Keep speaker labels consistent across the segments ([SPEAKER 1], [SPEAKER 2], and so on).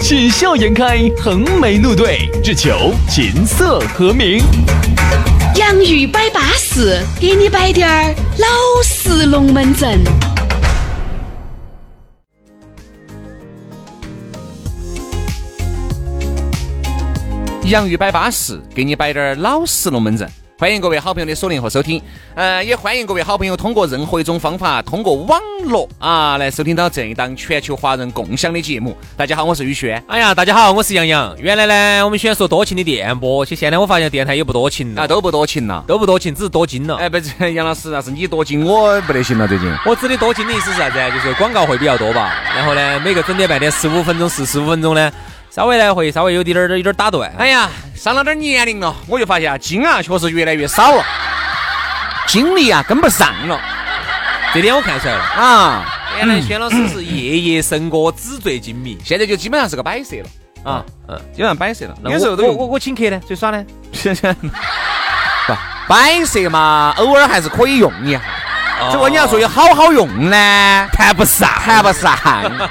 [SPEAKER 1] 喜笑颜开，横眉怒对，只求琴瑟和鸣。
[SPEAKER 2] 洋芋摆巴士，给你摆点儿老式龙门阵。
[SPEAKER 3] 洋芋摆巴适，给你摆点儿老实龙门阵。欢迎各位好朋友的锁定和收听，呃，也欢迎各位好朋友通过任何一种方法，通过网络啊来收听到这一档全球华人共享的节目。大家好，我是宇轩。
[SPEAKER 4] 哎呀，大家好，我是杨洋。原来呢，我们喜欢说多情的电波，其实现在我发现电台也不多情了，
[SPEAKER 3] 啊，都不多情了。
[SPEAKER 4] 都不多情，只是多金了。
[SPEAKER 3] 哎，不是杨老师，那是你多金，我不得行了，最近。
[SPEAKER 4] 我指的多金的意思是啥子呢？就是广告会比较多吧。然后呢，每个整点半点十五分钟是十五分钟呢，稍微呢会稍微有点儿有点儿打断。哎，
[SPEAKER 3] 哎呀，上了点年龄了，我就发现啊，精啊确实越来越少了，精力啊跟不上了
[SPEAKER 4] 这点我看出来了。嗯
[SPEAKER 3] 啊。
[SPEAKER 4] 原来轩老师是夜夜笙歌，纸醉金迷。
[SPEAKER 3] 现在就基本上是个摆设了啊，
[SPEAKER 4] 嗯，
[SPEAKER 3] 基本上摆设了。
[SPEAKER 4] 那
[SPEAKER 3] 有时候
[SPEAKER 4] 我
[SPEAKER 3] 都
[SPEAKER 4] 我
[SPEAKER 3] 用
[SPEAKER 4] 我我请客呢，谁耍呢？
[SPEAKER 3] 不摆设嘛，偶尔还是可以用一下。只不过你要说有好好用呢，哦谈不上，谈不 上，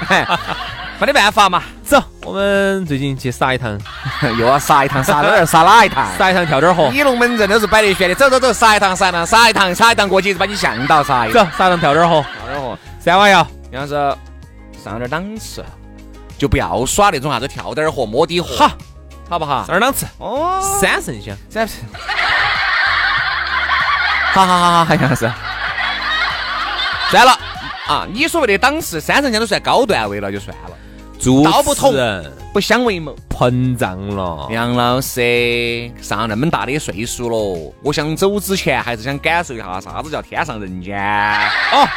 [SPEAKER 3] 哎嘿没得办法嘛，
[SPEAKER 4] 走，我们最近去撒一趟，
[SPEAKER 3] 又要杀一趟，杀哪儿，杀哪一趟？
[SPEAKER 4] 撒一趟跳点儿河。
[SPEAKER 3] 你龙门阵都是摆得悬的，走走走，杀一趟，杀一趟，杀一趟，杀一趟过去，把你向导杀一
[SPEAKER 4] 走
[SPEAKER 3] 趟。，
[SPEAKER 4] 撒一趟跳点儿河。
[SPEAKER 3] 那儿哦，
[SPEAKER 4] 三娃窑，
[SPEAKER 3] 要是上点档次，就不要耍那种啥子跳点儿河、摸底河，
[SPEAKER 4] 好，
[SPEAKER 3] 好不好？
[SPEAKER 4] 二档次，
[SPEAKER 3] 哦，
[SPEAKER 4] 三圣香。
[SPEAKER 3] 这不是，好好好好，好像是。算了啊，你所谓的档次，三圣家都算高段位了，就算了，
[SPEAKER 4] 主
[SPEAKER 3] 道不同
[SPEAKER 4] 持人
[SPEAKER 3] 不相为谋。
[SPEAKER 4] 膨胀了。
[SPEAKER 3] 杨老师上那么大的岁数了，我想走之前还是想感受一下啥子叫天上人间。
[SPEAKER 4] 哦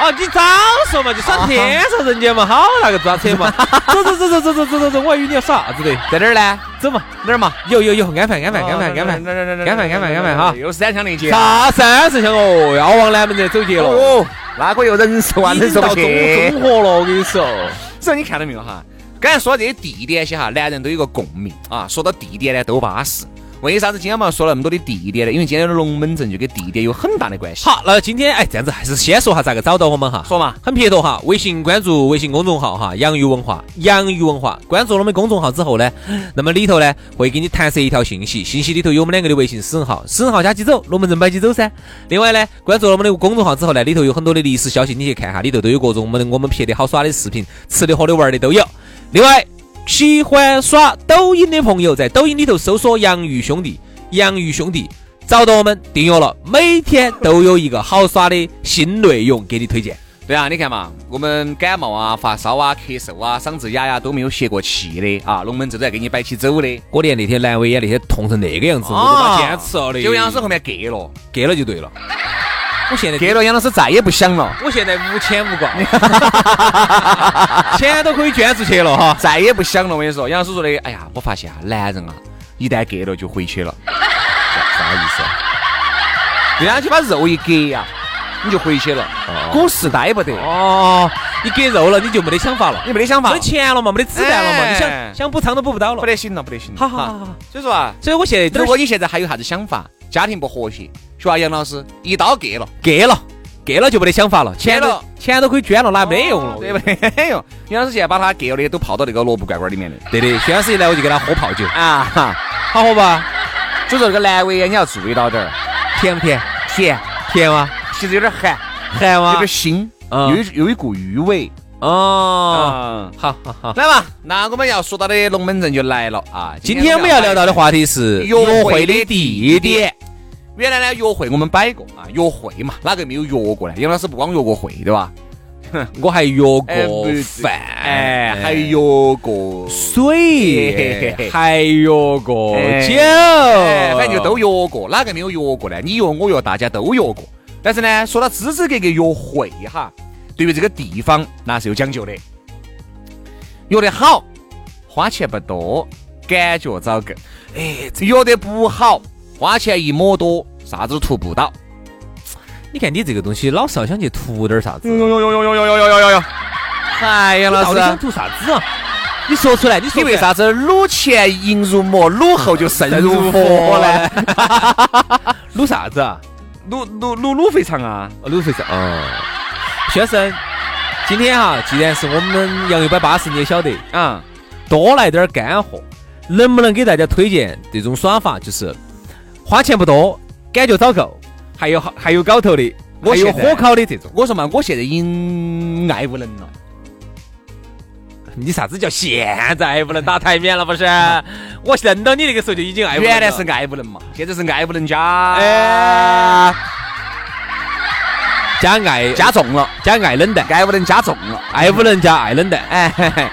[SPEAKER 4] 哦，你早说嘛，就耍天上人间嘛，好那个抓扯嘛。走走走走走走走走走，我还以为你要耍啥子的，
[SPEAKER 3] 在哪儿呢？
[SPEAKER 4] 走嘛，
[SPEAKER 3] 哪儿嘛？
[SPEAKER 4] 有有有，安排安排安排安排。
[SPEAKER 3] 安
[SPEAKER 4] 安排安排哈
[SPEAKER 3] 又是三枪连接。
[SPEAKER 4] 啥三圣乡哦，要往南门这走去了，
[SPEAKER 3] 哦，那个又人事万
[SPEAKER 4] 已
[SPEAKER 3] 人
[SPEAKER 4] 经
[SPEAKER 3] 说
[SPEAKER 4] 到
[SPEAKER 3] 不
[SPEAKER 4] 中
[SPEAKER 3] 去
[SPEAKER 4] 中。和了，我跟你说。
[SPEAKER 3] 所以你看到没有哈？刚才说这些地点些哈，男人都有一个共鸣啊。说到地点呢，都巴适。为啥子今天嘛说了那么多的地点呢？因为今天的龙门阵就跟地点有很大的关系。
[SPEAKER 4] 好，那今天哎这样子，还是先说下咋个找到我们哈。
[SPEAKER 3] 说嘛，
[SPEAKER 4] 很撇脱哈，微信关注微信公众号哈，洋芋文化，洋芋文化。关注了我们公众号之后呢， 那么里头呢会给你弹射一条信息，信息里头有我们两个的微信私人号，私人号加起走，龙门阵摆起走噻。另外呢，关注了我们的公众号之后呢，里头有很多的历史消息，你去看哈，里头都有各种我们我们拍的好耍的视频，吃的喝的玩的都有。另外，喜欢耍抖音的朋友，在抖音里头搜索“洋芋兄弟”，洋芋兄弟。找到我们订阅了，每天都有一个好耍的新内容给你推荐。
[SPEAKER 3] 对啊，你看嘛，我们感冒啊、发烧啊、咳嗽啊、嗓子哑呀都没有歇过气的啊，龙门阵都在给你摆起走的。
[SPEAKER 4] 我连那天阑尾炎那天痛成那个样子，我都把坚持了的。
[SPEAKER 3] 哦啊就杨老师后面割了，
[SPEAKER 4] 割了就对了。我现在
[SPEAKER 3] 割，了杨老师再也不想了，
[SPEAKER 4] 我现在无牵无 挂，钱都可以捐出去了哈。
[SPEAKER 3] 再也不想了。我跟你说，杨老师说的，哎呀，我发现啊，男人啊，一旦割了就回去了，
[SPEAKER 4] 啥意
[SPEAKER 3] 啊
[SPEAKER 4] 思？
[SPEAKER 3] 对啊，就把肉一割呀、你就回去了，裹尸待不得，
[SPEAKER 4] 哦，你割肉了，你就没得想法了，
[SPEAKER 3] 你没得想法
[SPEAKER 4] 没，钱了嘛，没得子弹了嘛，
[SPEAKER 3] 哎
[SPEAKER 4] 你想想补偿都补不到了
[SPEAKER 3] 不。得行了，不得行了。
[SPEAKER 4] 好好
[SPEAKER 3] 啊
[SPEAKER 4] 好好。
[SPEAKER 3] 所以说啊，
[SPEAKER 4] 所以我现在都
[SPEAKER 3] 如果你现在还有啥子想法，家庭不和谐，学下杨老师一刀割了。
[SPEAKER 4] 割了，割了就没得想法了，钱
[SPEAKER 3] 割
[SPEAKER 4] 都
[SPEAKER 3] 了
[SPEAKER 4] 钱都可以捐了，那啊没用了。
[SPEAKER 3] 对不哦对？用，杨老师现在把他割了的都泡到那个萝卜罐罐里面的
[SPEAKER 4] 对的，薛老师一来我就给他喝泡酒，
[SPEAKER 3] 啊，哈，
[SPEAKER 4] 好喝吧？
[SPEAKER 3] 所以说这个阑尾炎你要注意到点儿，
[SPEAKER 4] 甜不甜？
[SPEAKER 3] 甜，
[SPEAKER 4] 甜吗？
[SPEAKER 3] 其实有点寒，
[SPEAKER 4] 寒
[SPEAKER 3] 有
[SPEAKER 4] 吗
[SPEAKER 3] 点？腥，
[SPEAKER 4] 嗯
[SPEAKER 3] 有一有一股余味
[SPEAKER 4] 哦，
[SPEAKER 3] 啊。
[SPEAKER 4] 好好好。
[SPEAKER 3] 来吧，那我们要说到的龙门阵就来了啊！
[SPEAKER 4] 今天我们要聊到的话题是
[SPEAKER 3] 约会
[SPEAKER 4] 的
[SPEAKER 3] 的
[SPEAKER 4] 地
[SPEAKER 3] 地
[SPEAKER 4] 点。
[SPEAKER 3] 点。原来呢，约会我们摆过啊，约会嘛，哪个没有约过呢？杨老师不光约过会，对吧？
[SPEAKER 4] 我还约
[SPEAKER 3] 哎不
[SPEAKER 4] 过
[SPEAKER 3] 是
[SPEAKER 4] 饭，
[SPEAKER 3] 哎，还约过，嘿嘿
[SPEAKER 4] 水，
[SPEAKER 3] 嘿
[SPEAKER 4] 还约过
[SPEAKER 3] 哎
[SPEAKER 4] 酒，
[SPEAKER 3] 哎，反正就都约过，哪个没有约过呢？你约我约，大家都约过。但是呢，说到支支格格约会哈，对于这个地方那是有讲究的，约得好，花钱不多，感觉找够。哎，这药得不好，花钱一抹多，啥子都图不到。
[SPEAKER 4] 你看你这个东西，老是要想去图点儿啥子。
[SPEAKER 3] 呦呦呦呦呦呦呦呦呦呦！哎呀，
[SPEAKER 4] 你到
[SPEAKER 3] 嗯老
[SPEAKER 4] 底想
[SPEAKER 3] 师，
[SPEAKER 4] 图啥子啊？你说出来，你说
[SPEAKER 3] 你为啥子卤前淫如魔，卤后就肾如佛呢？
[SPEAKER 4] 撸啥子啊？
[SPEAKER 3] 卤卤卤卤肥肠啊！
[SPEAKER 4] 哦，卤肥肠。哦，先生，今天哈，既然是我们杨一百八十，你也晓得，
[SPEAKER 3] 啊，
[SPEAKER 4] 多来点儿干货，能不能给大家推荐这种耍法？就是花钱不多，感觉找够，还有好还有搞头的，
[SPEAKER 3] 我
[SPEAKER 4] 还有
[SPEAKER 3] 现在
[SPEAKER 4] 火烤的这种。
[SPEAKER 3] 我说嘛，我现在已经爱无能了。
[SPEAKER 4] 你啥子叫现在不能打台面了？不是，我认到你那个时候就已经爱
[SPEAKER 3] 原
[SPEAKER 4] 原
[SPEAKER 3] 来
[SPEAKER 4] 来
[SPEAKER 3] 是
[SPEAKER 4] 是
[SPEAKER 3] 爱无能嘛，现在是爱无能加
[SPEAKER 4] 哎加爱
[SPEAKER 3] 加重了，
[SPEAKER 4] 加爱冷淡，
[SPEAKER 3] 爱无能加重了。
[SPEAKER 4] 爱无能加爱冷淡，
[SPEAKER 3] 哎，嘿嘿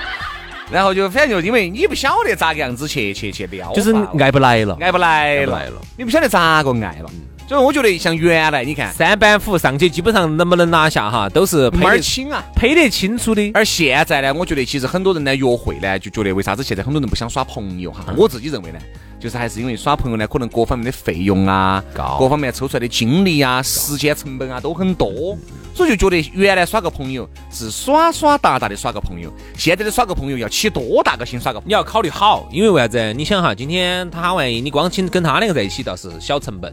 [SPEAKER 3] 然后就反正就因为你不晓得咋个样子去去去撩吧，
[SPEAKER 4] 就是爱不来了。
[SPEAKER 3] 爱不来
[SPEAKER 4] 爱不
[SPEAKER 3] 了，嗯
[SPEAKER 4] 来了
[SPEAKER 3] 你不晓得咋个爱了。所以我觉得像原来你看，
[SPEAKER 4] 三板斧上去基本上能不能拿下哈，都是
[SPEAKER 3] 门
[SPEAKER 4] 配
[SPEAKER 3] 儿
[SPEAKER 4] 得
[SPEAKER 3] 清啊。
[SPEAKER 4] 配得清楚的。
[SPEAKER 3] 而现在呢，我觉得其实很多人呢约会呢，就觉得为啥子现在很多人不想耍朋友哈？我自己认为呢，就是还是因为耍朋友呢，可能各方面的费用啊，
[SPEAKER 4] 高
[SPEAKER 3] 各方面抽出来的精力啊、时间成本啊都很多，所以就觉得原来耍个朋友是耍耍达达的耍个朋友，现在的耍个朋友要起多大个心耍个朋
[SPEAKER 4] 你要考虑好，因为为啥子？你想哈，今天他万一你光请跟他两个在一起，倒是小成本。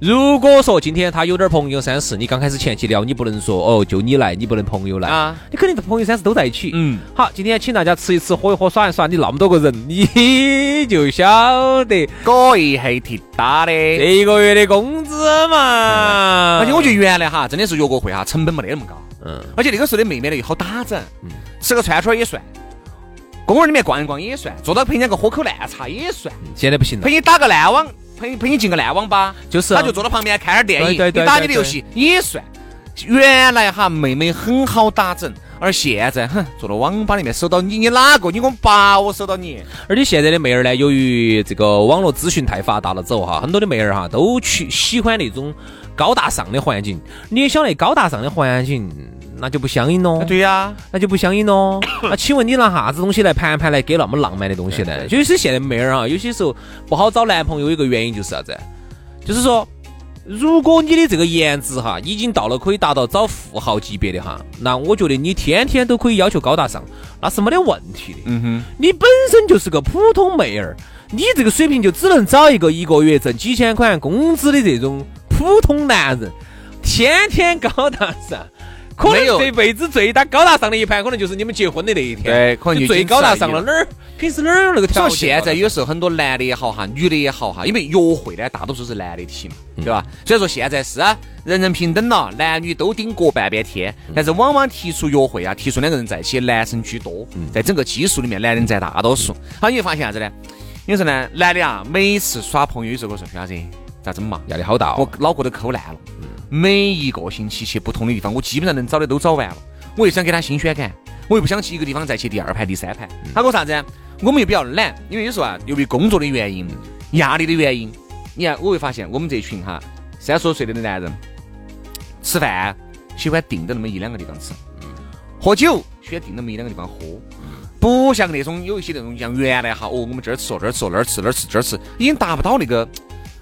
[SPEAKER 4] 如果说今天他有点儿朋友三四，你刚开始前期聊，你不能说哦，就你来，你不能朋友
[SPEAKER 3] 友
[SPEAKER 4] 来，
[SPEAKER 3] 啊？
[SPEAKER 4] 你肯定朋友三四都在一起。
[SPEAKER 3] 嗯，
[SPEAKER 4] 好，今天请大家吃一吃，喝一喝，耍一耍。你那么多个人，你就晓得
[SPEAKER 3] 哥一系铁打的。
[SPEAKER 4] 这一个月的工资嘛。
[SPEAKER 3] 哎而且我觉得原来哈，真的是约个会哈，成本没得那么高。
[SPEAKER 4] 嗯，
[SPEAKER 3] 而且那个时候的妹妹呢又好打整，吃个串串也算，公园里面逛一逛也算，坐到陪人家个喝口烂茶也算，
[SPEAKER 4] 现在不行了
[SPEAKER 3] 陪，你打个烂网，陪陪你进个烂网吧，
[SPEAKER 4] 就是啊
[SPEAKER 3] 他就坐到旁边看下电影，
[SPEAKER 4] 对对对
[SPEAKER 3] 你打你的游戏也算。原来哈妹妹很好打整，而现在哼坐到网吧里面搜到你，你哪个？你给我把我搜到你，
[SPEAKER 4] 而且现在的妹儿呢，由于这个网络资讯太发达了之后哈，很多的妹儿哈都去喜欢那种高大上的环境。你也晓得高大上的环境，那就不相应喽。
[SPEAKER 3] 哎对呀、
[SPEAKER 4] 那就不相应喽。那请问你拿啥子东西来盘盘来给那么浪漫的东西呢？就是现在妹儿啊，有些时候不好找男朋友，有一个原因就是啥子？就是说，如果你的这个颜值哈，已经到了可以达到找富豪级别的哈，那我觉得你天天都可以要求高大上，那是没得问题的。
[SPEAKER 3] 嗯哼。
[SPEAKER 4] 你本身就是个普通妹儿，你这个水平就只能找一个一个月挣几千块钱工资的这种普通男人，天天高大上。可
[SPEAKER 3] 没有
[SPEAKER 4] 能这辈子最大高大上的一盘，可能就是你们结婚的那一天。
[SPEAKER 3] 对可能就
[SPEAKER 4] 最
[SPEAKER 3] 仅此
[SPEAKER 4] 高大上了
[SPEAKER 3] 而已
[SPEAKER 4] 哪儿？平时哪儿有那个
[SPEAKER 3] 所
[SPEAKER 4] 条
[SPEAKER 3] 以
[SPEAKER 4] 件啊
[SPEAKER 3] 现
[SPEAKER 4] 高大
[SPEAKER 3] 在
[SPEAKER 4] 上？
[SPEAKER 3] 有时候很多男的也好哈，女的也好哈，因为约会呢大多数是男的提嘛，对吧？
[SPEAKER 4] 嗯
[SPEAKER 3] 虽然说现在是啊人人平等了，男女都顶各半边天，
[SPEAKER 4] 嗯
[SPEAKER 3] 但是往往提出约会啊，提出两个人在一起，男生居多，
[SPEAKER 4] 嗯
[SPEAKER 3] 在整个基数里面，男人占大多数。好，你会发现啥子呢？有时候呢，男的啊，每次耍朋友有时候跟我说徐老师咋整嘛？
[SPEAKER 4] 压力好大
[SPEAKER 3] 我
[SPEAKER 4] 哦。
[SPEAKER 3] 脑壳都抠烂了。每一个星期去不同的地方，我基本上能找的都找完了。我又想给他新鲜感，我又不想去一个地方再去第二盘、第三盘。他跟我啥子？我们又比较懒，因为有时候啊，由于工作的原因、压力的原因，你看我会发现我们这群哈三十多岁的男人，吃饭喜欢定到那么一两个地方吃，喝酒喜欢定那么一两个地方喝。不像那种有一些那种像原来哈，哦，我们这儿吃哦，这儿吃哦，那儿吃，那儿吃，这儿吃，已经达不到那个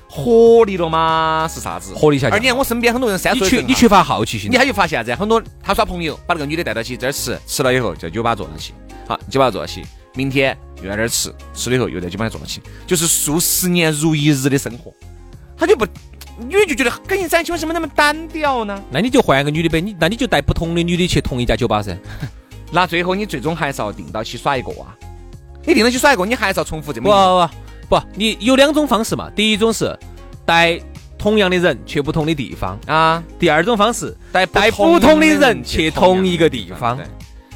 [SPEAKER 3] 活力了吗？是啥子？
[SPEAKER 4] 活力下降
[SPEAKER 3] 而你看我身边很多人三十
[SPEAKER 4] 你
[SPEAKER 3] 多岁
[SPEAKER 4] 缺
[SPEAKER 3] 的
[SPEAKER 4] 你
[SPEAKER 3] 人哈，啊
[SPEAKER 4] 缺乏好奇心
[SPEAKER 3] 你，还就发现啥子？很多他耍朋友，把那个女的带到起这儿吃，吃了以后在酒吧坐上去，好，酒吧坐上去，明天又在这儿吃，吃了以后又在酒吧坐上去，就是数十年如一日的生活，他就不。女的就觉得跟你在一起为什么那么单调呢？
[SPEAKER 4] 那你就换个女的呗，你那你就带不同的女的去同一家酒吧噻。
[SPEAKER 3] 那最后你最终还是要定到起耍一个啊！你定到起耍一个，你还是要重复这
[SPEAKER 4] 不
[SPEAKER 3] 么一个
[SPEAKER 4] 不不，不你有两种方式嘛。第一种是带同样的人去不同的地方，
[SPEAKER 3] 啊，
[SPEAKER 4] 第二种方式
[SPEAKER 3] 带
[SPEAKER 4] 带不同的人去同一个地方
[SPEAKER 3] 对，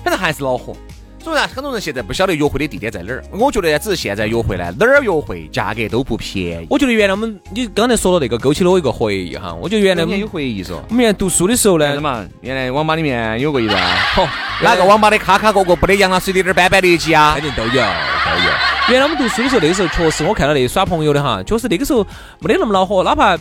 [SPEAKER 3] 反正还是恼火。所以呢，很多人现在不晓得约会的地点在哪儿。我觉得呢，只是现在约会呢，哪儿约会价格都不便宜。
[SPEAKER 4] 我觉得原来我们你刚才说了那个，勾起了我一个回忆哈。我觉得原来
[SPEAKER 3] 原
[SPEAKER 4] 我
[SPEAKER 3] 来
[SPEAKER 4] 们
[SPEAKER 3] 有回忆嗦，
[SPEAKER 4] 我们原来读书的时候
[SPEAKER 3] 啥
[SPEAKER 4] 呢
[SPEAKER 3] 子，嘛？原来网吧里面有 个一个啊，
[SPEAKER 4] 哦，
[SPEAKER 3] 哪个网吧的卡卡角角不得洋洋水滴点儿斑斑的一 起啊
[SPEAKER 4] 肯？定都有都有。原来我们读书的时候，那个时候确实我看到那些耍朋友的哈，确实那个时候没得那么恼火，哪怕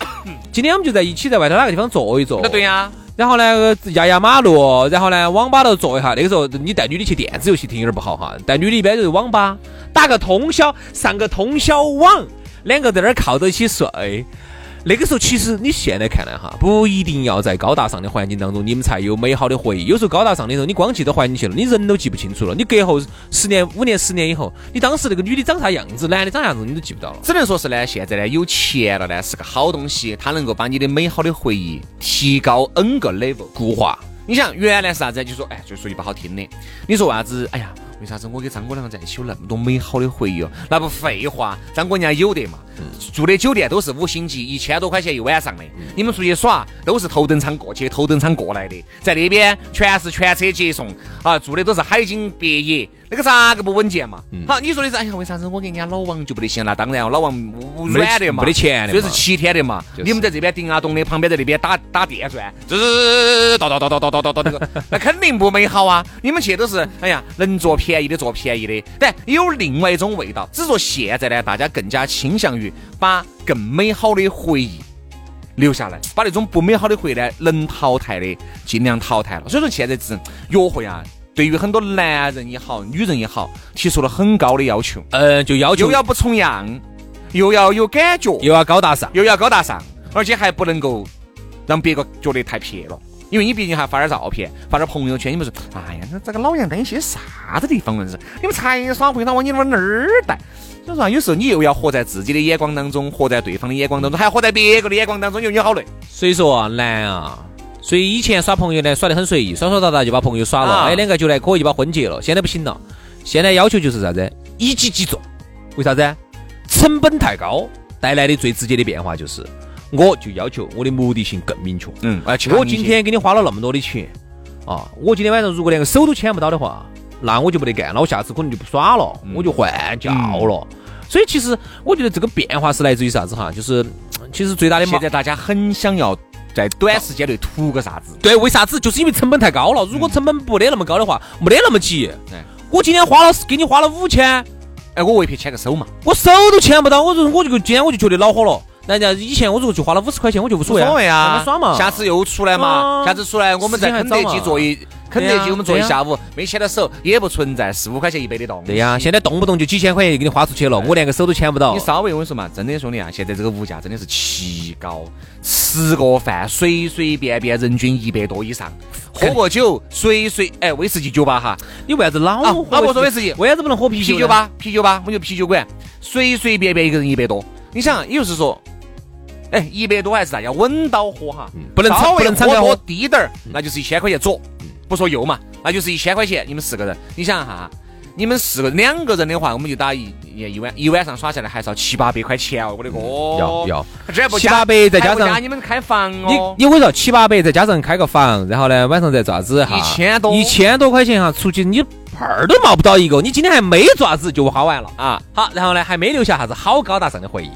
[SPEAKER 4] 今天我们就在一起在外头哪个地方坐一坐，
[SPEAKER 3] 那对呀、
[SPEAKER 4] 然后呢，压压马路，然后呢，网吧头坐一下。那个时候你带女的去电子游戏厅有点不好哈，带女的一般就是网吧打个通宵，上个通宵网，两个在那儿靠到一起睡。那个时候，其实你现在看来哈，不一定要在高大上的环境当中，你们才有美好的回忆。有时候高大上的时候，你光记到环境去了，你人都记不清楚了。你隔后十年、五年、十年以后，你当时那个女的长啥样子，男的长啥样子，你都记不到了。
[SPEAKER 3] 只能说是呢，现在呢有钱了呢是个好东西，它能够把你的美好的回忆提高 N 个 level 固化。你想原来是啥子？就说哎，就说句不好听的，你说为啥子？哎呀，为啥子我跟张哥两个在一起有那么多美好的回忆哦？那不废话，张哥人家有的嘛，
[SPEAKER 4] 嗯
[SPEAKER 3] 住的酒店都是五星级，一千多块钱一晚上的。你们出去耍都是头等舱过去，头等舱过来的，在那边全是全车接送啊，住的都是海景别野。那个咋个不稳健嘛？
[SPEAKER 4] 嗯
[SPEAKER 3] 好，你说的是，哎呀，为啥子我跟人家老王就不得行？那当然哦，老王无无
[SPEAKER 4] 没得
[SPEAKER 3] 软的嘛，
[SPEAKER 4] 没得钱的
[SPEAKER 3] 所以
[SPEAKER 4] 嘛
[SPEAKER 3] 是七天的嘛，
[SPEAKER 4] 是
[SPEAKER 3] 你们在这边顶啊咚的，旁边在那边打打电钻，吱叨叨叨叨叨叨叨叨，那个那肯定不美好啊！你们去都是哎呀，能坐便宜的坐便宜的，但有另外一种味道。只是说现在呢，大家更加倾向于把更美好的回忆留下来，把那种不美好的回忆呢，能淘汰的尽量淘汰了。所以说现在是约会啊，对于很多男人也好，女人也好，提出了很高的要求，
[SPEAKER 4] 嗯，就要求
[SPEAKER 3] 又要不重样，又要有感觉，
[SPEAKER 4] 又要高大上，
[SPEAKER 3] 又要高大上，而且还不能够让别个觉得太撇了。因为你毕竟还发点照片，发点朋友圈，你们说，哎呀，那这个老杨担心啥子地方硬是？你们才耍回他往你往哪儿带？所以说啊，有时候你又要活在自己的眼光当中，活在对方的眼光当中，还要活在别个的眼光当中，你说你好累。
[SPEAKER 4] 所以说啊难啊。所以以前耍朋友呢，耍得很随意，耍耍打打就把朋友耍了，
[SPEAKER 3] 啊
[SPEAKER 4] 哎，两个就来可以就把婚结了。现在不行了，现在要求就是啥子，一击即中。为啥子？成本太高，带来的最直接的变化就是，我就要求我的目的性更明确。
[SPEAKER 3] 嗯，我要
[SPEAKER 4] 我今天给你花了那么多的钱啊，我今天晚上如果连个手都牵不到的话，那我就没得干了，我下次可能就不耍了，
[SPEAKER 3] 嗯
[SPEAKER 4] 我就换觉了。所以其实我觉得这个变化是来自于啥子哈？就是其实最大的矛
[SPEAKER 3] 哎现在大家很想要在短时间内图个啥子，
[SPEAKER 4] 对，为啥子？就是因为成本太高了。如
[SPEAKER 3] 嗯
[SPEAKER 4] 果成本不得那么高的话，没得那么急
[SPEAKER 3] 哎。
[SPEAKER 4] 我今天花了给你花了五千，
[SPEAKER 3] 哎，我为撇牵个手嘛，
[SPEAKER 4] 我手都牵不到，我就我就今天我就觉得恼火了。那人家以前我如果就花了五十块钱，我就无所谓，
[SPEAKER 3] 无所谓啊，
[SPEAKER 4] 耍嘛。
[SPEAKER 3] 下次又出来嘛，
[SPEAKER 4] 啊
[SPEAKER 3] 下次出来我们在
[SPEAKER 4] 时间还
[SPEAKER 3] 肯德
[SPEAKER 4] 早
[SPEAKER 3] 基
[SPEAKER 4] 嘛
[SPEAKER 3] 坐一，肯
[SPEAKER 4] 对
[SPEAKER 3] 德
[SPEAKER 4] 呀
[SPEAKER 3] 基我们坐一
[SPEAKER 4] 对呀
[SPEAKER 3] 下午，没牵到手也不存在四五块钱一杯的东西。
[SPEAKER 4] 对呀、现在动不动就几千块钱就给你花出去了，我连个手都牵不到
[SPEAKER 3] 你。稍微我跟你说嘛，真的兄弟啊，现在这个物价真的是奇高，吃个饭随随便便人均一百多以上，喝个酒随随哎威士忌酒吧哈，
[SPEAKER 4] 你为啥子老
[SPEAKER 3] 啊
[SPEAKER 4] 喝
[SPEAKER 3] 老婆
[SPEAKER 4] 威士忌
[SPEAKER 3] 说威士忌
[SPEAKER 4] 为啥子不能喝啤酒？
[SPEAKER 3] 啤酒，吧啤酒吧，我就啤酒馆，随随便便一个人一百多。你想，也就是说，哎，一百多还是大家稳到喝哈，
[SPEAKER 4] 嗯不能
[SPEAKER 3] 稍
[SPEAKER 4] 敞
[SPEAKER 3] 微
[SPEAKER 4] 不能敞开
[SPEAKER 3] 多
[SPEAKER 4] 喝。
[SPEAKER 3] 低点儿，
[SPEAKER 4] 嗯
[SPEAKER 3] 那就是一千块钱左，不说右嘛，那就是一千块钱。你们四个人，你想一下哈，你们四个两个人的话，我们就打一一一晚一晚上耍下来，还是要七八百块钱哦，我的
[SPEAKER 4] 嗯要
[SPEAKER 3] 个！
[SPEAKER 4] 要，
[SPEAKER 3] 这还不
[SPEAKER 4] 七
[SPEAKER 3] 加
[SPEAKER 4] 八百再加
[SPEAKER 3] 还不
[SPEAKER 4] 上
[SPEAKER 3] 你们开房
[SPEAKER 4] 你
[SPEAKER 3] 哦。
[SPEAKER 4] 你我说七八百，再加上开个房，然后呢晚上再咋子哈？
[SPEAKER 3] 一千多
[SPEAKER 4] 一千多块钱哈，出去你泡儿都冒不到一个，你今天还没爪子就花完了。
[SPEAKER 3] 啊，
[SPEAKER 4] 好，然后呢还没留下啥子好高大上的回忆，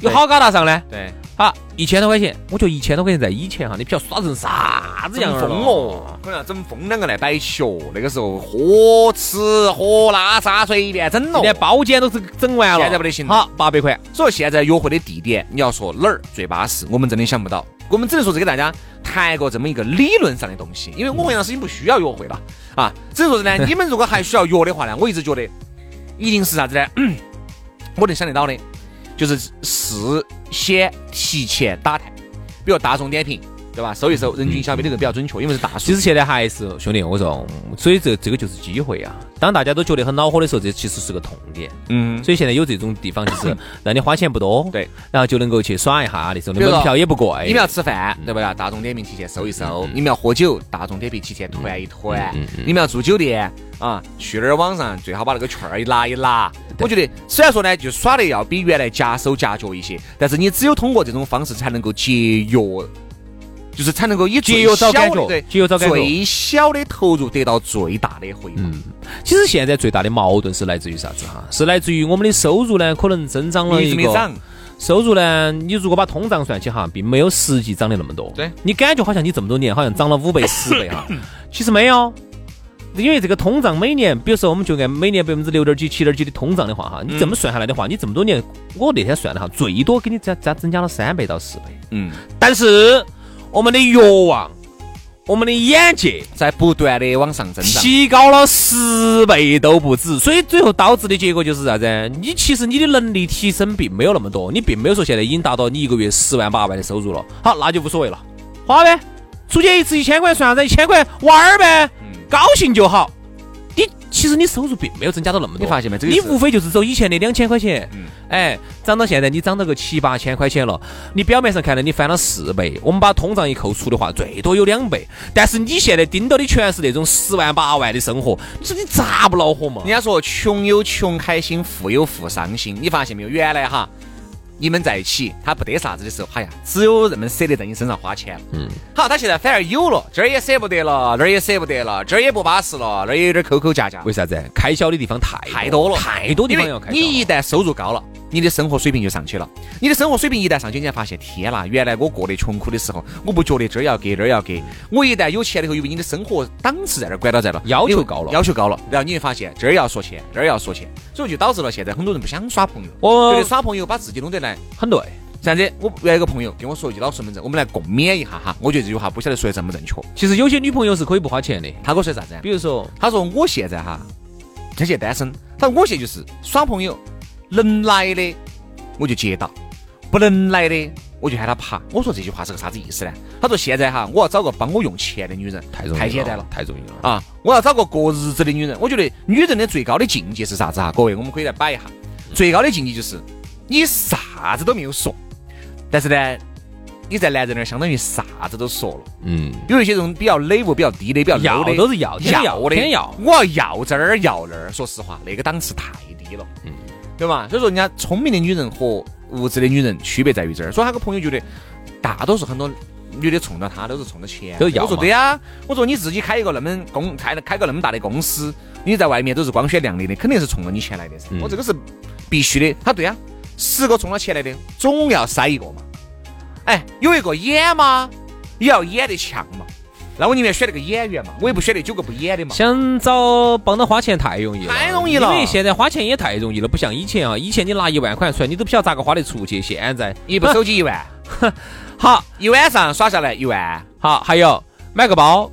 [SPEAKER 4] 有
[SPEAKER 3] 对
[SPEAKER 4] 好高大上呢？
[SPEAKER 3] 对，
[SPEAKER 4] 好，一千多块钱，我觉得一千多块钱在以前哈，你不晓得耍成啥子样儿
[SPEAKER 3] 整疯
[SPEAKER 4] 了。
[SPEAKER 3] 哦，可能要整疯两个来摆一起哦。那个时候喝吃喝拉撒随便整哦，
[SPEAKER 4] 连包间都是整完了，
[SPEAKER 3] 现在不得行了
[SPEAKER 4] 好，八百块，
[SPEAKER 3] 所以现在约会的地点，你要说哪儿最巴适，我们真的想不到。我们只能说是给大家谈过这么一个理论上的东西，因为我和杨老师已经不需要约会了啊。只是说是呢，你们如果还需要约的话呢，我一直觉得一定是啥子呢？嗯我能想得到的，就是事先提前打探，比如大众点评，对吧？搜一搜人均消费这个比较准确，因为是大数
[SPEAKER 4] 其。实现在还是兄弟，我说，嗯所以这这个就是机会啊。当大家都觉得很恼火的时候，这其实是个痛点。
[SPEAKER 3] 嗯，
[SPEAKER 4] 所以现在有这种地方，就是 让你花钱不多，
[SPEAKER 3] 对，
[SPEAKER 4] 然后就能够去耍一下那种的，
[SPEAKER 3] 比如说
[SPEAKER 4] 门票也不贵。
[SPEAKER 3] 你们要吃饭，
[SPEAKER 4] 嗯
[SPEAKER 3] 对不对？大众点评提前搜一搜。你们要喝酒，大众点评提前
[SPEAKER 4] 嗯
[SPEAKER 3] 团一团。你们要住酒店啊，去哪儿网上最好把那个券儿一拿一拿。我觉得虽然说呢，就耍的要比原来夹手夹脚一些，但是你只有通过这种方式才能够节约，就是才能够以
[SPEAKER 4] 节约
[SPEAKER 3] 最
[SPEAKER 4] 找感
[SPEAKER 3] 小的
[SPEAKER 4] 觉
[SPEAKER 3] 对
[SPEAKER 4] 节约找感觉
[SPEAKER 3] 最小的投入得到最大的回报。
[SPEAKER 4] 嗯其实现在最大的矛盾是来自于啥子哈？是来自于我们的收入呢，可能增长了一
[SPEAKER 3] 你怎么
[SPEAKER 4] 个
[SPEAKER 3] 涨？
[SPEAKER 4] 收入呢，你如果把通胀算起哈，并没有实际涨得那么多。
[SPEAKER 3] 对，
[SPEAKER 4] 你感觉好像你这么多年好像涨了五 倍、十倍哈，其实没有。因为这个通胀每年，比如说我们就按每年百分之六点几、七点几的通胀的话，哈，你这么算下来的话，你这么多年，我那天算了哈，最多给你增加增加了三倍到四倍。
[SPEAKER 3] 嗯，
[SPEAKER 4] 但是我们的欲望、我们的眼界
[SPEAKER 3] 在不断的往上增长。
[SPEAKER 4] 提高了十倍都不止，所以最后导致的结果就是啥子？你其实你的能力提升并没有那么多，你并没有说现在已经达到你一个月十万八万的收入了。好，那就无所谓了，花呗，出去一次一千块算啥子？一千块玩儿呗，
[SPEAKER 3] 嗯
[SPEAKER 4] 高兴就好。你其实你收入并没有增加到那么多，
[SPEAKER 3] 你发现没这个
[SPEAKER 4] 你
[SPEAKER 3] 是
[SPEAKER 4] 无非就是走以前的两千块钱，
[SPEAKER 3] 嗯
[SPEAKER 4] 哎，涨到现在你涨到个七八千块钱了，你表面上看到你翻了四倍，我们把通胀一扣除的话，最多有两倍，但是你现在盯到的全是那种十万八万的生活，你说你咋不恼火嘛
[SPEAKER 3] 人？家说穷有穷开心，富有富伤心。你发现没有？原来哈，你们在一起，他不得啥子的时候，哎呀，只有这么舍得在你身上花钱。嗯，好，他现在反而有了，这儿也舍不得了，那儿也舍不得了，这儿也不巴适了，那儿也有点抠抠夹夹，
[SPEAKER 4] 为啥子？开销的地方太
[SPEAKER 3] 太多了，
[SPEAKER 4] 太多地方要开销啊
[SPEAKER 3] 因为你一旦收入高了，你的生活水平就上去了。你的生活水平一旦上去，你才发现，天啦，原来我过得穷苦的时候，我不觉得这儿要给那儿要给。我一旦有钱了以后，因为你的生活档次在那儿管到在了，
[SPEAKER 4] 要求高了
[SPEAKER 3] 要求高了，然后你会发现这儿要说钱，那儿要说钱，所以就导致了现在很多人不想耍朋友，
[SPEAKER 4] 我
[SPEAKER 3] 觉得耍朋友把自己弄得来。
[SPEAKER 4] 很对，
[SPEAKER 3] 这样子，我原来有个朋友跟我说一句老实门阵，我们来共勉一下哈。我觉得这句话不晓得说的正不正确。
[SPEAKER 4] 其实有些女朋友是可以不花钱的，
[SPEAKER 3] 他跟我说啥子啊？
[SPEAKER 4] 比如说
[SPEAKER 3] 他说我现在哈，他现在单身，他说我现在就是耍朋友，能来的我就接到，不能来的我就喊他爬。我说这句话是个啥子意思呢？他说现在哈，我要找个帮我用钱的女人，
[SPEAKER 4] 太容易
[SPEAKER 3] 太简单了。
[SPEAKER 4] 太容易了。
[SPEAKER 3] 啊！我要找个过日子的女人。我觉得女人的最高的境界是啥子啊？各位，我们可以来摆一下。最高的境界就是你啥子都没有说，但是呢，你在男人那儿相当于啥子都说了。
[SPEAKER 4] 嗯，
[SPEAKER 3] 有一些这种比较 level 比较低的、比较 low 的，
[SPEAKER 4] 要都是要天要
[SPEAKER 3] 要的，
[SPEAKER 4] 天要
[SPEAKER 3] 我要要这儿要那儿，说实话，那个档次太低了，嗯，对吧？所以说，人家聪明的女人和无知的女人区别在于这儿。所以他个朋友觉得，大多数很多。女的冲到他都是冲到钱，
[SPEAKER 4] 都要
[SPEAKER 3] 我说
[SPEAKER 4] 嘛
[SPEAKER 3] 对呀、我说你自己开一个那么公开开个那么大的公司，你在外面都是光鲜亮丽的，肯定是冲着你钱来的
[SPEAKER 4] 嗯
[SPEAKER 3] 噻。我这个是必须的。他对呀、十个冲到钱来的，总要塞一个嘛。哎，有一个演嘛，也要演得强嘛。那我宁愿选那个演员嘛，我也不选那九个不演的嘛。
[SPEAKER 4] 想找帮他花钱太容易了，
[SPEAKER 3] 太容易了
[SPEAKER 4] 因为现在花钱也太容易了，不像以前啊，以前你拿一万块钱出来，你都不晓得咋个花得出去。现在
[SPEAKER 3] 一部手机一万，
[SPEAKER 4] 好
[SPEAKER 3] 一晚上耍下来一万
[SPEAKER 4] 好，还有买个包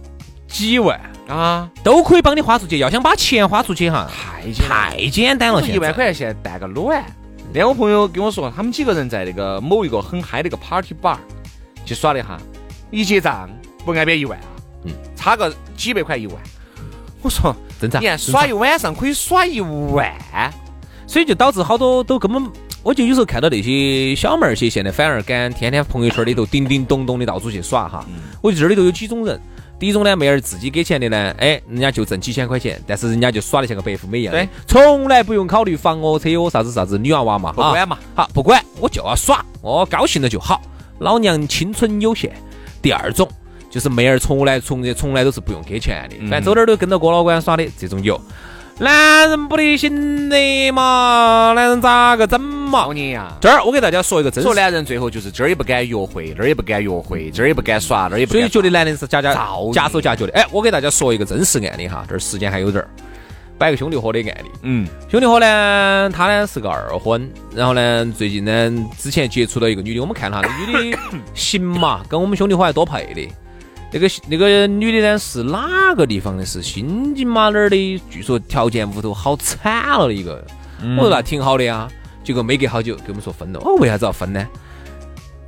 [SPEAKER 4] 几万
[SPEAKER 3] 啊，
[SPEAKER 4] 都可以帮你花出去，要想把钱花出去哈，
[SPEAKER 3] 太
[SPEAKER 4] 太简单了。
[SPEAKER 3] 一万块钱现在蛋个卵。那天我朋友跟我说，他们几个人在那个某一个很嗨的一个 party bar 去耍了一下，一结账不挨边一万啊，
[SPEAKER 4] 嗯
[SPEAKER 3] 差个几百块一万。我 说，
[SPEAKER 4] 正常
[SPEAKER 3] 你，看耍一晚上可以耍一万，
[SPEAKER 4] 所以就导致好多都根本，我就有时候看到那些小妹儿些，现在反而敢天天朋友圈里头叮叮咚咚的到处去耍哈。
[SPEAKER 3] 嗯
[SPEAKER 4] 我觉得这里头有几种人，第一种呢，妹儿自己给钱的呢，哎，人家就挣几千块钱，但是人家就耍的像个白富美一样的
[SPEAKER 3] 对，
[SPEAKER 4] 从来不用考虑房哦、车哦、啥子啥子，女娃娃嘛，
[SPEAKER 3] 不
[SPEAKER 4] 哈
[SPEAKER 3] 管嘛。
[SPEAKER 4] 好，不管，我就要耍，我高兴了就好。老娘青春有限。第二种就是妹儿从来从从来都是不用给钱
[SPEAKER 3] 嗯
[SPEAKER 4] 的，反正走哪儿都跟着郭老倌耍的这种有。男人不得行的嘛，男人咋个整嘛
[SPEAKER 3] 好？你呀，
[SPEAKER 4] 这儿我给大家说一个真
[SPEAKER 3] 所以
[SPEAKER 4] 实，
[SPEAKER 3] 男人最后就是这儿也不敢约会，那儿也不敢约会，这儿也不敢耍，那儿也不
[SPEAKER 4] 所
[SPEAKER 3] 敢
[SPEAKER 4] 以
[SPEAKER 3] 耍。
[SPEAKER 4] 觉得男人是夹夹
[SPEAKER 3] 造孽
[SPEAKER 4] 夹手夹脚的。哎，我给大家说一个真实案例哈，这儿时间还有点儿，摆个兄弟伙的案例。
[SPEAKER 3] 嗯，
[SPEAKER 4] 兄弟伙呢，他呢是个二婚，然后呢，最近呢，之前接触到一个女的，我们看了哈，那女的行嘛，跟我们兄弟伙还多配的。那个那个女的呢是哪个地方的？是新津嘛哪儿的？据说条件屋头好惨了的一个。我说那挺好的呀，结果没隔好久跟我们说分了。哦，为啥子要分呢？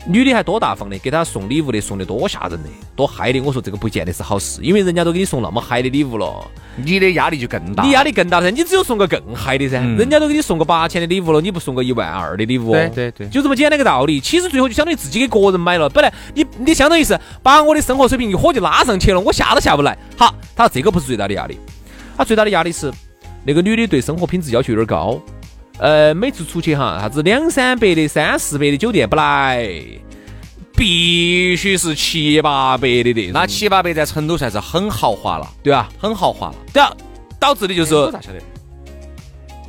[SPEAKER 4] 女的还多大方的，给她送礼物的送的多吓人的，多嗨的。我说这个不见得是好事，因为人家都给你送那么嗨的礼物了。
[SPEAKER 3] 你的压力就更大。
[SPEAKER 4] 你压力更大噻，你只有送个更嗨的噻，
[SPEAKER 3] 嗯
[SPEAKER 4] 人家都给你送个八千的礼物了，你不送个一万二的礼物、哦
[SPEAKER 3] 对对对
[SPEAKER 4] 就这么简单个道理。其实最后就相当于自己给个人买了，本来你你相当于是把我的生活水平一火就拉上去了，我下都下不来。好，他说这个不是最大的压力，他最大的压力是那个女的对生活品质要求有点高，呃，每次出去哈，啥子两三百的、三四百的酒店不来，必须是七八百的那种，
[SPEAKER 3] 那七八百在成都算是很豪华了，
[SPEAKER 4] 对吧？
[SPEAKER 3] 很豪华了。
[SPEAKER 4] 导导致的就是
[SPEAKER 3] 我咋晓得？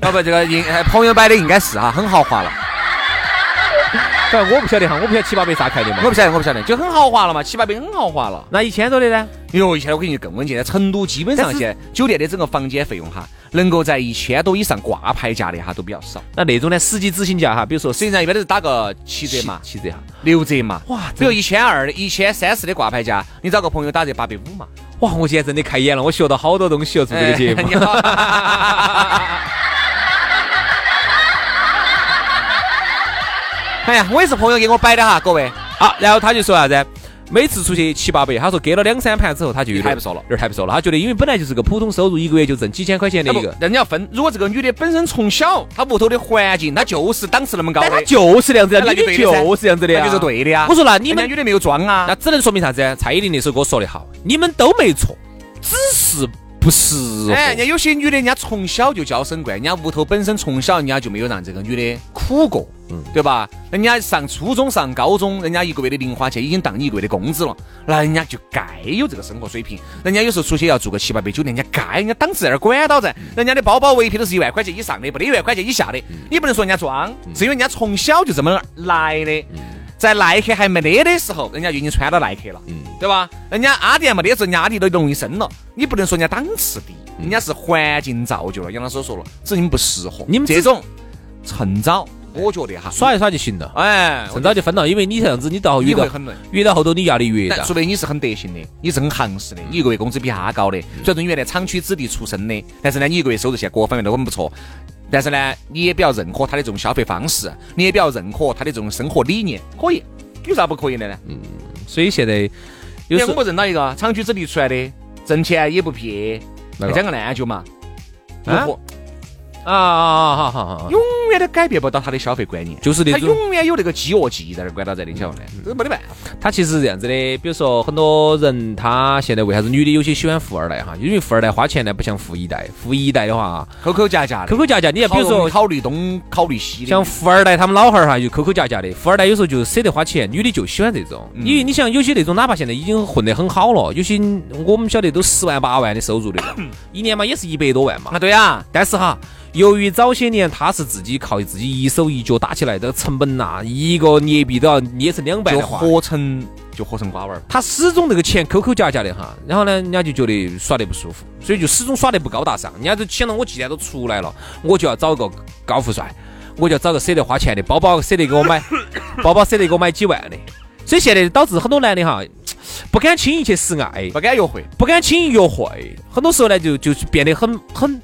[SPEAKER 3] 啊不，这个应哎朋友摆的应该是哈，很豪华了。
[SPEAKER 4] 反正我不晓得哈，我不晓得七八百啥概念
[SPEAKER 3] 我
[SPEAKER 4] 嘛。
[SPEAKER 3] 不晓得，我不晓得，就很豪华了嘛，七八百很豪华了。
[SPEAKER 4] 那一千多的呢？
[SPEAKER 3] 哟，现在我跟你更稳健，在成都基本上
[SPEAKER 4] 但是
[SPEAKER 3] 现在酒店的整个房间费用哈，能够在一千多以上挂牌价的哈都比较少。
[SPEAKER 4] 那那种呢，实际执行价哈，比如说
[SPEAKER 3] 实际上一般都是打个七折嘛，
[SPEAKER 4] 七七折哈。
[SPEAKER 3] 六折嘛。
[SPEAKER 4] 哇
[SPEAKER 3] 比如一千二、一千三四的挂牌价，你找个朋友打折八百五嘛。
[SPEAKER 4] 哇，我今天真的开眼了，我学到好多东西哦，做这个节目
[SPEAKER 3] 哎。你好 哎呀，我也是朋友给我摆的哈，各位。
[SPEAKER 4] 好，然后他就说啥子？每次出去七八百，他说隔了两三盘之后，他就有点
[SPEAKER 3] 太不说了
[SPEAKER 4] 有点太不说了。他觉得因为本来就是个普通收入，一个月就挣几千块钱的一
[SPEAKER 3] 不
[SPEAKER 4] 个，，
[SPEAKER 3] 那你要分，如果这个女的本身从小她屋头的环境，她就是档次那么高
[SPEAKER 4] 但他
[SPEAKER 3] 的，
[SPEAKER 4] 就是这样子的，
[SPEAKER 3] 那
[SPEAKER 4] 你
[SPEAKER 3] 就
[SPEAKER 4] 的
[SPEAKER 3] 对的噻
[SPEAKER 4] 就是这样子的呀，
[SPEAKER 3] 那就是对的呀。
[SPEAKER 4] 我说那你
[SPEAKER 3] 人家
[SPEAKER 4] 们
[SPEAKER 3] 女的没有装啊
[SPEAKER 4] 那，只能说明啥子？蔡依林那首歌说得好，你们都没错，只是不适合。
[SPEAKER 3] 哎，人家有些女的，人家从小就娇生惯，人家屋头本身从小人家就没有让这个女的苦过，对吧？人家上初中、上高中，人家一个月的零花钱已经当你一个月的工资了，那人家就该有这个生活水平。人家有时候出去要住个七八百、酒店，人家该，人家档次在那儿管到噻，人家的包包围皮都是一万块钱以上的，不得一万块钱以下的。你不能说人家装，是因为人家从小就这么来的。在耐克还没得的时候，人家就已经穿到耐克了，
[SPEAKER 4] 嗯
[SPEAKER 3] 对吧？人家阿迪还没得时候，人家阿迪都容易生了，你不能说人家档次低，
[SPEAKER 4] 嗯
[SPEAKER 3] 人家是环境造就了。杨老师说了，只是你们不适合，
[SPEAKER 4] 你们
[SPEAKER 3] 这种趁早，我觉得哈，
[SPEAKER 4] 耍一耍就行了，
[SPEAKER 3] 哎，
[SPEAKER 4] 趁早就分了，因为你这样子，你到
[SPEAKER 3] 你
[SPEAKER 4] 遇到
[SPEAKER 3] 会很累。
[SPEAKER 4] 遇到后头你压力越
[SPEAKER 3] 但
[SPEAKER 4] 大。
[SPEAKER 3] 除非你是很德行的，你是很行市的，
[SPEAKER 4] 嗯
[SPEAKER 3] 你一个月工资比他高的，虽然说你原来厂区子弟出身的，但是呢，你一个月收入现在各方面都很不错。但是呢，你也比较认可他的这种消费方式，你也比较认可他的这种生活理念，可以，有啥不可以的呢？
[SPEAKER 4] 所以现在有
[SPEAKER 3] 因为
[SPEAKER 4] 时候
[SPEAKER 3] 我们认到一个厂区子弟出来的，挣钱也不撇，
[SPEAKER 4] 哪个
[SPEAKER 3] 还讲个烂酒嘛，
[SPEAKER 4] 啊
[SPEAKER 3] 永活
[SPEAKER 4] 啊啊好好好，
[SPEAKER 3] 永远都改变不到他的消费观念。
[SPEAKER 4] 就是嗯那
[SPEAKER 3] 他
[SPEAKER 4] 种
[SPEAKER 3] 永远有那个饥饿记忆在那儿管到在的，你晓得不呢？这没得办法。
[SPEAKER 4] 他其实是这样子的，比如说很多人他现在为啥子女的有些喜欢富二代哈，因为富二代花钱呢不像富一代，富一代的话
[SPEAKER 3] 抠抠夹夹的，
[SPEAKER 4] 抠抠夹夹，你看比如
[SPEAKER 3] 好容易
[SPEAKER 4] 说
[SPEAKER 3] 考虑东考虑西的，
[SPEAKER 4] 像富二代他们老汉儿哈，就抠抠夹夹的。富二代有时候就舍得花钱，女的就喜欢这种。
[SPEAKER 3] 嗯
[SPEAKER 4] 因为你想，有些那种哪怕现在已经混得很好了，有些我们晓得都十万八万的收入的了， 一年嘛也是一百多万嘛
[SPEAKER 3] 嗯啊，。对啊，
[SPEAKER 4] 但是哈，由于早些年他是自己靠自己一手一脚打起来的，成本呐、一个捏币都要捏成两百
[SPEAKER 3] 就
[SPEAKER 4] 的话，
[SPEAKER 3] 活成就活成瓜娃儿。
[SPEAKER 4] 他始终这个钱抠抠夹夹的哈，然后呢，人家就觉得耍得不舒服，所以就始终耍得不高大上。人家就想到我既然都出来了，我就要找个高富帅，我就要找个舍得花钱的，包包舍得给我买，包包舍得给我买几万的。所以现在导致很多男的哈，不敢轻易去示爱，
[SPEAKER 3] 不敢约会，
[SPEAKER 4] 不敢轻易约会，很多时候呢就就变得很很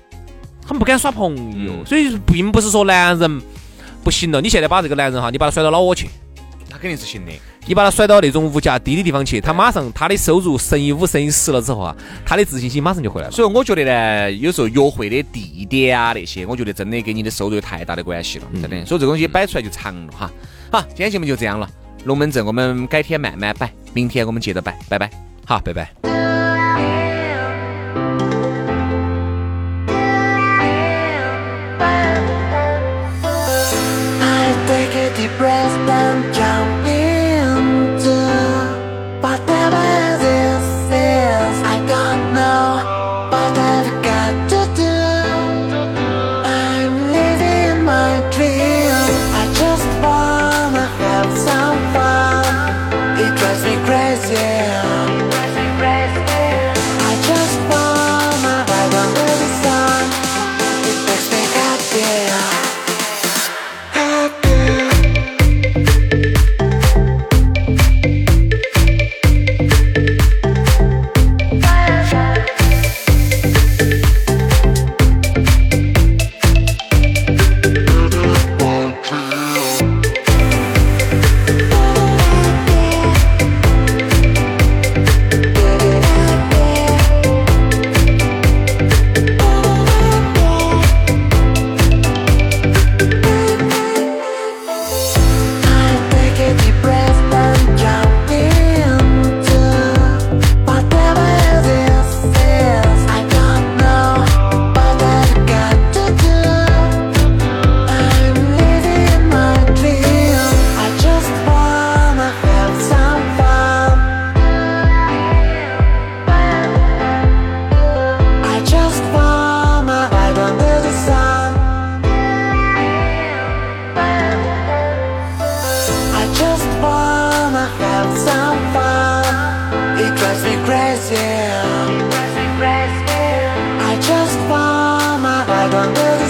[SPEAKER 4] 很不敢耍朋友。
[SPEAKER 3] 嗯
[SPEAKER 4] 所以并不是说男人不行了，你现在把这个男人哈，你把他甩到老窝去，
[SPEAKER 3] 那肯定是行的。
[SPEAKER 4] 你把他甩到那种物价低的地方去，他马上他的收入乘以五乘以十了之后啊，他的自信心马上就回来了。
[SPEAKER 3] 所以我觉得呢，有时候约会的地点啊那些，我觉得真的跟你的收入有太大的关系了，真的。所以这东西摆出来就长了哈。好，今天节目就这样了，龙门阵我们改天慢慢摆，明天我们接着摆，拜拜。
[SPEAKER 4] 好，拜拜。
[SPEAKER 5] I take a deep breath and jump into whatever this is. I don't know what I've got to do. I'm living my dream. I just wanna have some fun. It drives me crazy. I just wanna ride under the sun. It makes me happy. I just wanna have some fun. I just wanna ride under the sun. I depressing. I just want my bike on the